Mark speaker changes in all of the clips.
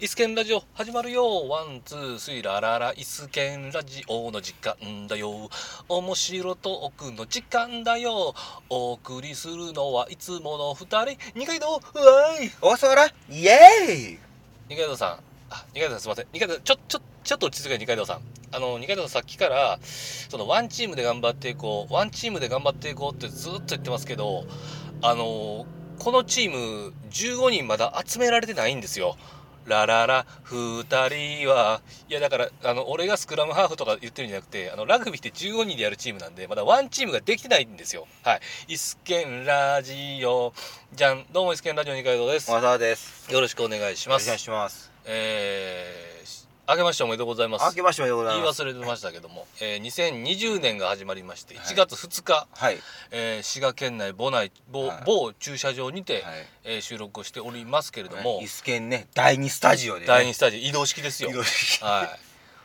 Speaker 1: イスケンラジオ始まるよワンツースリーララライスケンラジオの時間だよ面白トークの時間だよお送りするのはいつもの二人二階堂うわーい
Speaker 2: 大空イエーイ
Speaker 1: 二階堂さんあ二階堂さんすいません二階堂ちょちょちょっと落ち着け二階堂さんあの二階堂さんさっきからそのワンチームで頑張っていこうワンチームで頑張っていこうってずっと言ってますけどあのこのチーム15人まだ集められてないんですよラララ二人はいやだからあの俺がスクラムハーフとか言ってるんじゃなくてあのラグビーって15人でやるチームなんでまだワンチームができてないんですよはいイスケンラジオじゃんどうもイスケンラジオ二階堂です
Speaker 2: 大空です
Speaker 1: よろしくお願いし
Speaker 2: お
Speaker 1: ま
Speaker 2: 願
Speaker 1: す
Speaker 2: いします
Speaker 1: えーし明けましておめでとうございます。
Speaker 2: 明けましておめでとうござ
Speaker 1: 言
Speaker 2: い
Speaker 1: い
Speaker 2: ます
Speaker 1: 忘れてましたけども、えー2020年が始まりまして、
Speaker 2: はい
Speaker 1: 1月2日、
Speaker 2: はい
Speaker 1: えー滋賀県内某内某,、
Speaker 2: はい
Speaker 1: 某駐車場にて、
Speaker 2: はい
Speaker 1: えー収録をしておりますけれども、
Speaker 2: イスケンね第二スタジオで、ね、
Speaker 1: 第2スタジオ移動式ですよ
Speaker 2: 移。動式
Speaker 1: はい。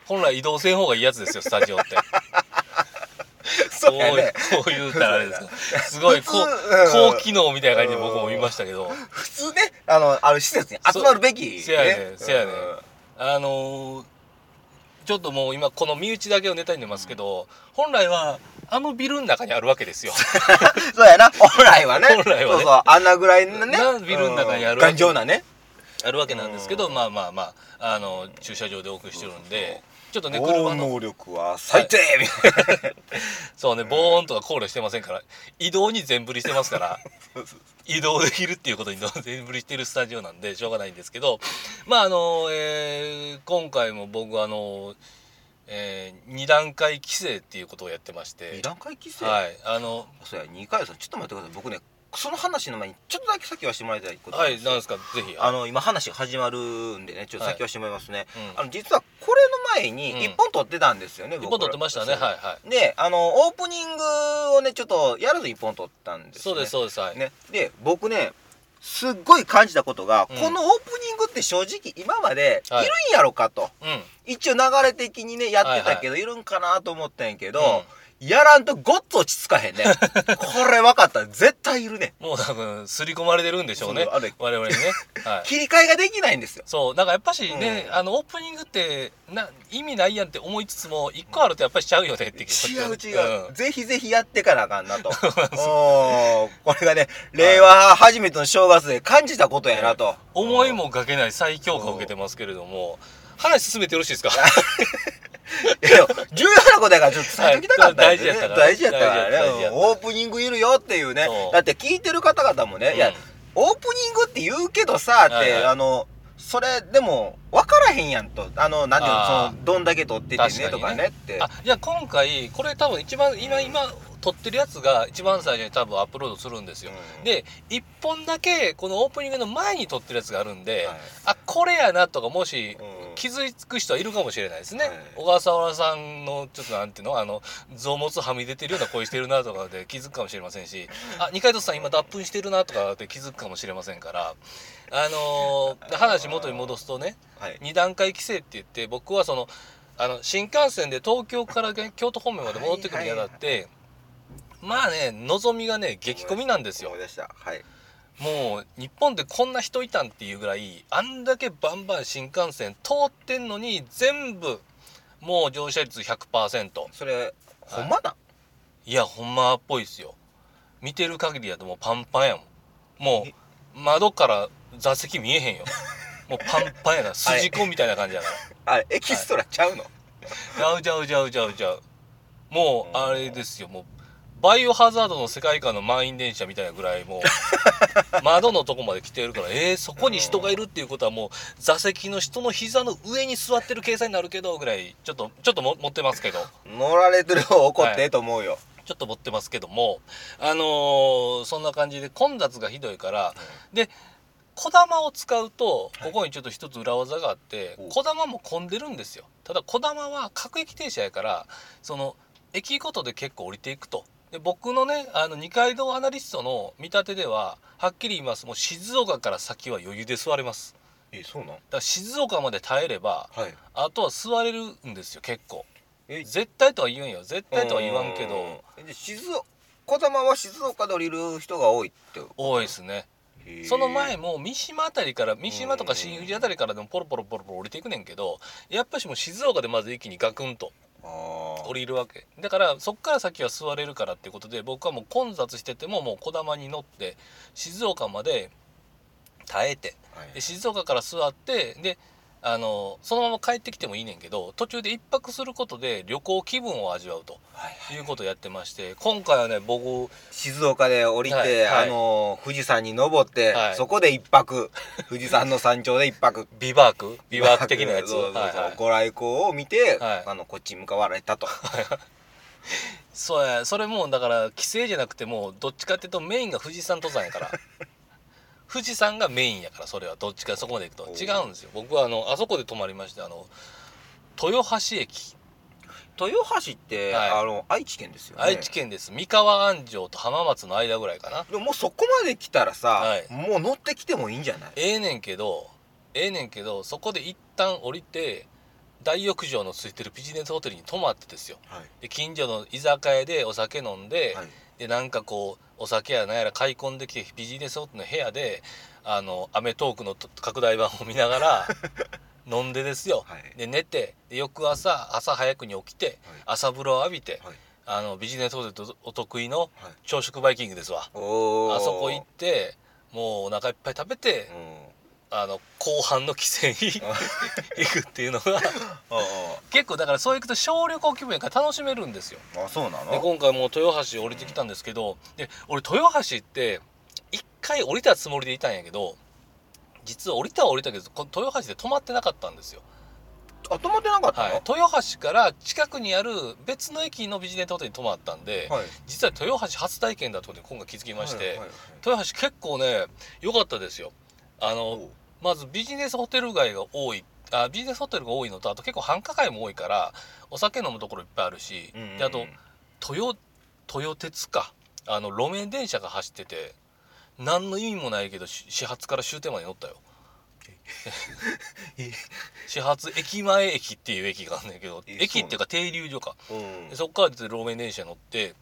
Speaker 1: 本来移動せん方がいいやつですよ、スタジオって。
Speaker 2: そうやね
Speaker 1: そうそう言うたらあれですけどすごい高
Speaker 2: 普通 うん
Speaker 1: 高機能みたいな感じで僕も見ましたけど、
Speaker 2: 普通ねあのある施設に集まるべき、ね、
Speaker 1: そせやねせやね
Speaker 2: うん
Speaker 1: あのーちょっともう今この身内だけをネタに出ますけど、本来はあのビルの中にあるわけですよ。
Speaker 2: そうやな本来はね
Speaker 1: 本来はね
Speaker 2: そうそうあんなぐらいのね
Speaker 1: なビルの中にある
Speaker 2: うん頑丈なね
Speaker 1: あるわけなんですけど、
Speaker 2: うん
Speaker 1: まあまあまあ、あの、駐車場でお送りしてるんで、ちょっとね、
Speaker 2: 防
Speaker 1: 車
Speaker 2: 音
Speaker 1: の、
Speaker 2: 能力は最低みたいな、
Speaker 1: そうね、防音とか考慮してませんから、移動に全振りしてます から、
Speaker 2: そうそう
Speaker 1: 移動できるっていうことに全振りしてるスタジオなんで、しょうがないんですけど、まああの、えー今回も僕、あの、え2段階規制っていうことをやってまし
Speaker 2: 二
Speaker 1: て、
Speaker 2: 段階規制、
Speaker 1: はい、あの、
Speaker 2: そうや二階さんちょっと待ってください僕ねその話の前にちょっとだけ先はしてもらいたいことがあ
Speaker 1: は
Speaker 2: るん
Speaker 1: い、
Speaker 2: ですよ
Speaker 1: なんですか、ぜひ。
Speaker 2: あの今話が始まるんでねちょっと先はしてもらいますね、
Speaker 1: うん
Speaker 2: あの実はこれの前
Speaker 1: うん
Speaker 2: に一本撮ってたんですよね、
Speaker 1: 一
Speaker 2: 僕
Speaker 1: 本
Speaker 2: ら
Speaker 1: 撮ってましたね、
Speaker 2: そう
Speaker 1: はいはい。
Speaker 2: であのオープニングをねちょっとやらず一本撮ったんです、ね、
Speaker 1: そうです、そうです、はい。
Speaker 2: ねで僕ねすっごい感じたことが、
Speaker 1: うん
Speaker 2: このオープニングって正直今までいる
Speaker 1: はい
Speaker 2: んやろかと、
Speaker 1: うん。
Speaker 2: 一応流れ的にねやってたけど、いるんかなと思ったんやけど、
Speaker 1: うん
Speaker 2: やらんとごっつ落ち着かへんねこれ分かった絶対いるね
Speaker 1: もう多分、刷り込まれてるんでしょうね
Speaker 2: そうあれ。
Speaker 1: 我々 にね。はい。
Speaker 2: 切り替えができないんですよ
Speaker 1: そうなんかやっぱしね、
Speaker 2: うん
Speaker 1: あのオープニングってな意味ないやんって思いつつも一個あるとやっぱりしちゃうよねって気
Speaker 2: 違う
Speaker 1: が
Speaker 2: 違う、
Speaker 1: ん
Speaker 2: ぜひぜひやってからあかん なとおーこれがね令和初めての正月で感じたことやなと
Speaker 1: 思いもかけない再強化を受けてますけれども話進めてよろしいですか
Speaker 2: いや重要なことやからちょっと伝えときたかったんですね、
Speaker 1: はい大
Speaker 2: 大
Speaker 1: 事
Speaker 2: 事
Speaker 1: や
Speaker 2: や
Speaker 1: っか
Speaker 2: ったたかららね
Speaker 1: 大事やった大事やった
Speaker 2: うんオープニングいるよっていうね
Speaker 1: そう
Speaker 2: だって聞いてる方々もね、いや
Speaker 1: うん
Speaker 2: オープニングって言うけどさって、
Speaker 1: はいはい
Speaker 2: あのそれでも分からへんやんとあのなんていうの
Speaker 1: あー
Speaker 2: そのどんだけ撮っててねと
Speaker 1: 確か
Speaker 2: か
Speaker 1: にね
Speaker 2: ねって
Speaker 1: あじゃあ今回これ多分一番今今撮ってるやつが一番最初に多分アップロードするんですよ、
Speaker 2: うん
Speaker 1: で1本だけこのオープニングの前に撮ってるやつがあるんで、
Speaker 2: はい
Speaker 1: あこれやなとかもし
Speaker 2: うん
Speaker 1: 気づく人はいるかもしれないですね、
Speaker 2: はい
Speaker 1: 小笠原さんのちょっとなんていうのあの臓物はみ出てるような声してるなとかで気づくかもしれませんしあ二階堂さん今脱粉してるなとかって気づくかもしれませんからあのー話元に戻すとね
Speaker 2: はい
Speaker 1: 二段階規制って言って僕はそのあの新幹線で東京からね京都方面まで戻ってくるにあたって、まあね望みがね激混みなんですよ
Speaker 2: 思い出したはい
Speaker 1: もう日本でこんな人いたんっていうぐらいあんだけバンバン新幹線通ってんのに全部もう乗車率100%
Speaker 2: それほんまなん
Speaker 1: いやほんまっぽいっすよ見てる限りだともうパンパンやもんも
Speaker 2: え
Speaker 1: う窓から座席見えへんよもうパンパンやな筋子みたいな感じやな
Speaker 2: あれエキストラちゃう
Speaker 1: ち
Speaker 2: の、
Speaker 1: ゃうちゃうちゃうちゃうちゃうもう
Speaker 2: うん
Speaker 1: あれですよもうバイオハザードの世界観の満員電車みたいなぐらいもう窓のとこまで来てるからえー、そこに人がいるっていうことはもう座席の人の膝の上に座ってる計算になるけどぐらいちょっとちょっとも持ってますけど
Speaker 2: 乗られてる方怒ってええと思うよ、
Speaker 1: ちょっと持ってますけどもあのーそんな感じで混雑がひどいからで小玉を使うとここにちょっと一つ裏技があって、
Speaker 2: お
Speaker 1: 小玉も混んでるんですよただ小玉は各駅停車やからその駅ごとで結構降りていくとで僕のねあの二階堂アナリストの見立てでははっきり言いますもう静岡から先は余裕で座れます
Speaker 2: えそうなん
Speaker 1: だから静岡まで耐えれば
Speaker 2: はい
Speaker 1: あとは座れるんですよ結構
Speaker 2: え
Speaker 1: 絶対とは言うんよ絶対とは言わんけど
Speaker 2: うんで静岡小玉は静岡で降りる人が多いって
Speaker 1: 多いですね
Speaker 2: へー
Speaker 1: その前も三島あたりから三島とか新富士あたりからでもポロポロポロポロ降りていくねんけどやっぱしもう静岡でまず一気にガクンと
Speaker 2: あ
Speaker 1: 降りるわけだからそっから先は座れるからっていうことで僕はもう混雑しててももうこだまに乗って静岡まで耐えて
Speaker 2: あ、はい
Speaker 1: で静岡から座ってであのそのまま帰ってきてもいいねんけど途中で一泊することで旅行気分を味わうと
Speaker 2: はいはい
Speaker 1: いうことをやってまして今回はね僕
Speaker 2: 静岡で降りて、
Speaker 1: はいはい
Speaker 2: あのー富士山に登って、
Speaker 1: はい
Speaker 2: そこで一泊富士山の山頂で一泊
Speaker 1: ビバークビバーク的なやつ
Speaker 2: そうそうそう
Speaker 1: はいはい
Speaker 2: ご来光を見て、
Speaker 1: はい
Speaker 2: あのこっちに向かわれたと、
Speaker 1: そうやそれもうだから帰省じゃなくてもうどっちかっていうとメインが富士山登山や から富士山がメインやからそれはどっちかそこまで行く
Speaker 2: お
Speaker 1: と
Speaker 2: ー
Speaker 1: 違うんですよ僕はあのあそこで泊まりましてあの豊橋駅
Speaker 2: 豊橋って、
Speaker 1: はい
Speaker 2: あの愛知県ですよね
Speaker 1: 愛知県です、三河安城と浜松の間ぐらいかな
Speaker 2: でももうそこまで来たらさ、
Speaker 1: はい
Speaker 2: もう乗ってきてもいいんじゃない
Speaker 1: ええねんけどええねんけどそこで一旦降りて大浴場のついてるビジネスホテルに泊まってですよ
Speaker 2: はい
Speaker 1: で近所の居酒屋でお酒飲んで、
Speaker 2: はい
Speaker 1: でなんかこうお酒やなんやら買い込んできてビジネスホテルの部屋で『あのアメトーーク』のと拡大版を見なが ら飲んでですよ、
Speaker 2: はい
Speaker 1: で寝てで翌朝朝早くに起きて
Speaker 2: は
Speaker 1: 朝風呂を浴びて、
Speaker 2: はい
Speaker 1: あのビジネスホテルとお得意の
Speaker 2: はい
Speaker 1: 朝食バイキングですわ
Speaker 2: おー
Speaker 1: あそこ行ってもうお腹いっぱい食べて、
Speaker 2: うん
Speaker 1: あの後半の帰省に
Speaker 2: あ
Speaker 1: 行くっていうのが結構だからそう行くと小旅行気分やから楽しめるんですよ
Speaker 2: ああそうな
Speaker 1: で
Speaker 2: の
Speaker 1: 今回もう豊橋降りてきたんですけど、で俺豊橋って一回降りたつもりでいたんやけど実は降りたは降りたけどこの豊橋で止まってなかったんですよ、
Speaker 2: あ泊まってなかった
Speaker 1: はい
Speaker 2: の、
Speaker 1: 豊橋から近くにある別の駅のビジネスホテルに泊まったんで、
Speaker 2: はい
Speaker 1: 実は豊橋初体験だってことに今回気づきまして、
Speaker 2: はいはい
Speaker 1: 豊橋結構ね良かったですよあのまずビジネスホテル街が多いあビジネスホテルが多いのとあと結構繁華街も多いからお酒飲むところいっぱいあるし、
Speaker 2: うんうん
Speaker 1: であと豊豊鉄かあの路面電車が走ってて何の意味もないけどし始発から終点まで乗ったよ
Speaker 2: え
Speaker 1: 始発駅前駅っていう駅があんねんけど
Speaker 2: え
Speaker 1: 駅っていうか停留所か
Speaker 2: うん
Speaker 1: でそっから出て路面電車乗って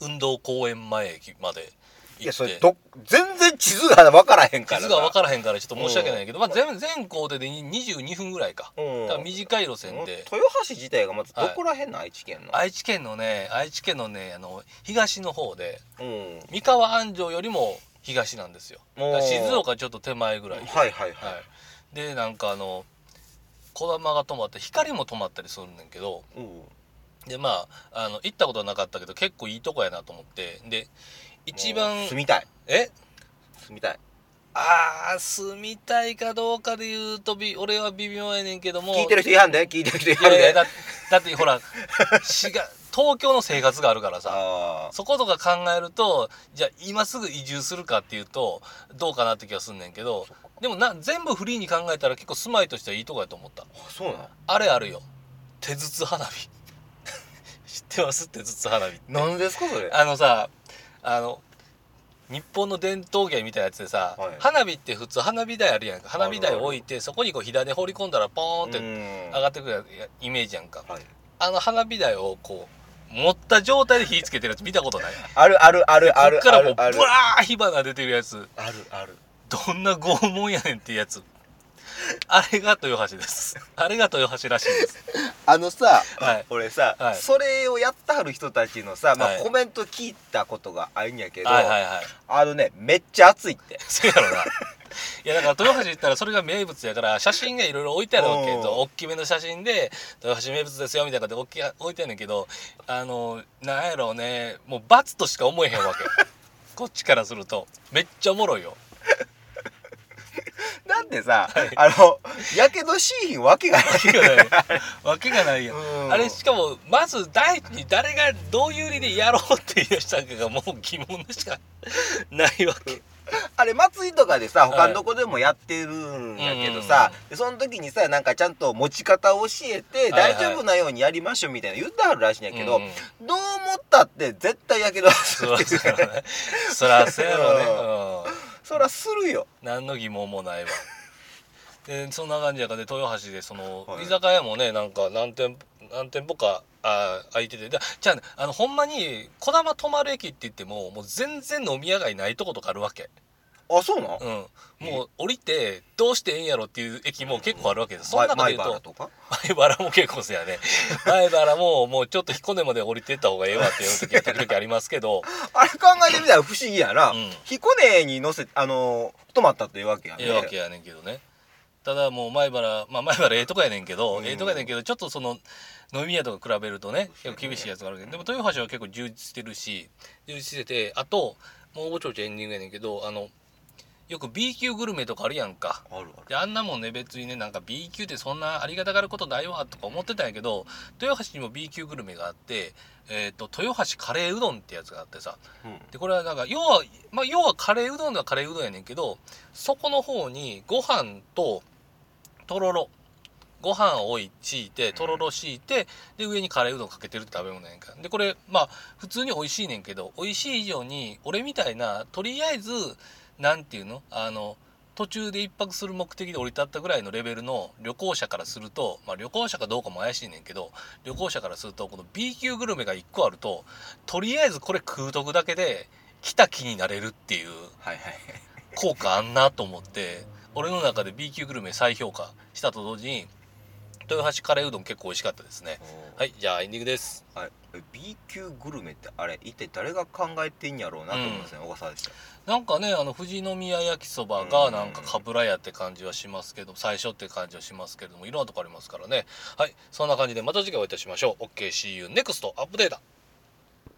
Speaker 1: 運動公園前駅まで
Speaker 2: い
Speaker 1: 行っ
Speaker 2: や
Speaker 1: て
Speaker 2: それど全然地図が分からへんから
Speaker 1: 地図が分からへんからちょっと申し訳ないけど、まあ、全全行程で22分ぐらいか,、
Speaker 2: らん
Speaker 1: だから短い路線で
Speaker 2: 豊橋自体がまずどこらへんの、愛知県の
Speaker 1: 愛知県のね愛知県のねあの東の方で
Speaker 2: うん
Speaker 1: 三河安城よりも東なんですよだ
Speaker 2: おー
Speaker 1: から静岡ちょっと手前ぐらい、はい
Speaker 2: はいはいはい、
Speaker 1: でなんかあの小玉が止まって光も止まったりするんだけど
Speaker 2: うん
Speaker 1: でまああの行ったことはなかったけど結構いいとこやなと思ってで一
Speaker 2: もう
Speaker 1: 番
Speaker 2: 住みたい
Speaker 1: え
Speaker 2: 住みたい
Speaker 1: あー住みたいかどうかで言うとび俺は微妙やねんけども
Speaker 2: 聞いてる人いはんで聞いてる人い
Speaker 1: い
Speaker 2: はん
Speaker 1: やい
Speaker 2: で
Speaker 1: やだだってほら滋賀東京の生活があるからさ
Speaker 2: あ
Speaker 1: そことか考えるとじゃあ今すぐ移住するかっていうとどうかなって気がすんねんけどでもな全部フリーに考えたら結構住まいとしてはいいとこやと思った
Speaker 2: ーあそうな
Speaker 1: あれあるよ手筒花火 知ってます手筒花火って
Speaker 2: のなんですかそれ
Speaker 1: あのさあの日本の伝統芸みたいなやつでさ、
Speaker 2: はい
Speaker 1: 花火って普通花火台あるやんか花火台
Speaker 2: あるある
Speaker 1: 置いてそこにこう火種放り込んだらポーンっ
Speaker 2: う
Speaker 1: て
Speaker 2: ん
Speaker 1: 上がってくるやイメージやんか、
Speaker 2: はい
Speaker 1: あの花火台をこう持った状態で火つけてるやつ見たことない
Speaker 2: あるあるあるあ
Speaker 1: こ
Speaker 2: る
Speaker 1: っからもうブ
Speaker 2: あ
Speaker 1: ワ
Speaker 2: る
Speaker 1: ー火花出てるやつ
Speaker 2: あるある
Speaker 1: どんな拷問やねんってやつあれが豊橋ですあれが豊橋らしいです
Speaker 2: あのさ、
Speaker 1: はい
Speaker 2: 俺さ、
Speaker 1: はい
Speaker 2: それをやったはる人たちのさ、まあ
Speaker 1: はい
Speaker 2: コメント聞いたことがあるんやけど、
Speaker 1: はいはいはい
Speaker 2: あのねめっちゃ暑いって
Speaker 1: そうやろないやだから豊橋行ったらそれが名物やから写真がいろいろ置いてあるわけ
Speaker 2: うん
Speaker 1: ど大きめの写真で「豊橋名物ですよ」みたいな感じで大きい置いてあるんだけどあのなんやろうねもう罰としか思えへんわ けこっちからするとめっちゃおもろいよ
Speaker 2: なんでさ、あのやけどしいひんわけがない
Speaker 1: わけがないよわけがないよ
Speaker 2: うん
Speaker 1: あれしかもまず第一に誰がどういう理由でやろうって言い出したかがもう疑問でしかないわけ
Speaker 2: あれ祭りとかでさ
Speaker 1: はい
Speaker 2: 他のとこでもやってるんやけど
Speaker 1: うんうん
Speaker 2: さ、でその時にさなんかちゃんと持ち方教えて
Speaker 1: はいはい
Speaker 2: 大丈夫なようにやりましょうみたいな言ってはるらしいんやけど、
Speaker 1: うんうん
Speaker 2: どう思ったって絶対やけどす
Speaker 1: そ
Speaker 2: る
Speaker 1: ら
Speaker 2: って
Speaker 1: そ
Speaker 2: い
Speaker 1: や
Speaker 2: う
Speaker 1: ろねそらそうやろね、うん
Speaker 2: そらするよ。
Speaker 1: 何の疑問もないわでそんな感じやからで豊橋でその、
Speaker 2: はい
Speaker 1: 居酒屋もねなんか何店何店舗かあー開いててだじゃあ,、ね、あのほんまに「こだま泊まる駅」って言ってももう全然飲み屋街ないとことかあるわけ
Speaker 2: あ、そうなん
Speaker 1: うん、もう降りてどうしてええんやろっていう駅も結構あるわけです。そ
Speaker 2: マ
Speaker 1: の中で
Speaker 2: イマイ
Speaker 1: 言
Speaker 2: バ
Speaker 1: う
Speaker 2: ラ
Speaker 1: と、
Speaker 2: とか
Speaker 1: 前原も結構ですよね。前原ももうちょっと彦根まで降りてった方がええわっていう時は時々ありますけど、
Speaker 2: あれ考えてみたら不思議やな。
Speaker 1: うん
Speaker 2: 彦根に乗せ、あのー、泊まったっていうわけやね。
Speaker 1: ええわけやねんけどね。ただもう前原、まあ前原ええとこやねんけど、
Speaker 2: うん
Speaker 1: ええとこやねんけど、ちょっとその飲み屋とか比べるとね、結構厳しいやつがあるけど、でも豊橋は結構充実してるし、充実してて、あと、もうおぼちょぼちょエンディングやねんけど、あの、よく B 級グルメとかあるやんか。
Speaker 2: あるある。
Speaker 1: であんなもんね別にねなんか B 級ってそんなありがたがることないわとか思ってたんやけど豊橋にも B 級グルメがあって、えー、と豊橋カレーうどんってやつがあってさ
Speaker 2: うん
Speaker 1: でこれはなんか要は、まあ、要はカレーうどんはカレーうどんやねんけどそこの方にご飯ととろろご飯を置い敷いてとろろ敷いてで上にカレーうどんかけてるって食べ物やねんかでこれまあ普通に美味しいねんけど美味しい以上に俺みたいなとりあえずなんていうのあの途中で一泊する目的で降り立ったぐらいのレベルの旅行者からすると、まあ、旅行者かどうかも怪しいねんけど旅行者からするとこの B 級グルメが1個あるととりあえずこれ食うとくだけで来た気になれるっていう
Speaker 2: はいはい。
Speaker 1: 効果あんなと思って俺の中で B 級グルメ再評価したと同時に豊橋カレーうどん結構美味しかったですねはいじゃあエンディングです
Speaker 2: はい、B 級グルメってあれ一体誰が考えてんやろうなと思うんですね、小笠原でした
Speaker 1: なんかねあの富士宮焼きそばがなんかかぶらやって感じはしますけど最初って感じはしますけれどもいろんなとこありますからねはいそんな感じでまた次回お会いいたしましょう OKCU NEXT アップデート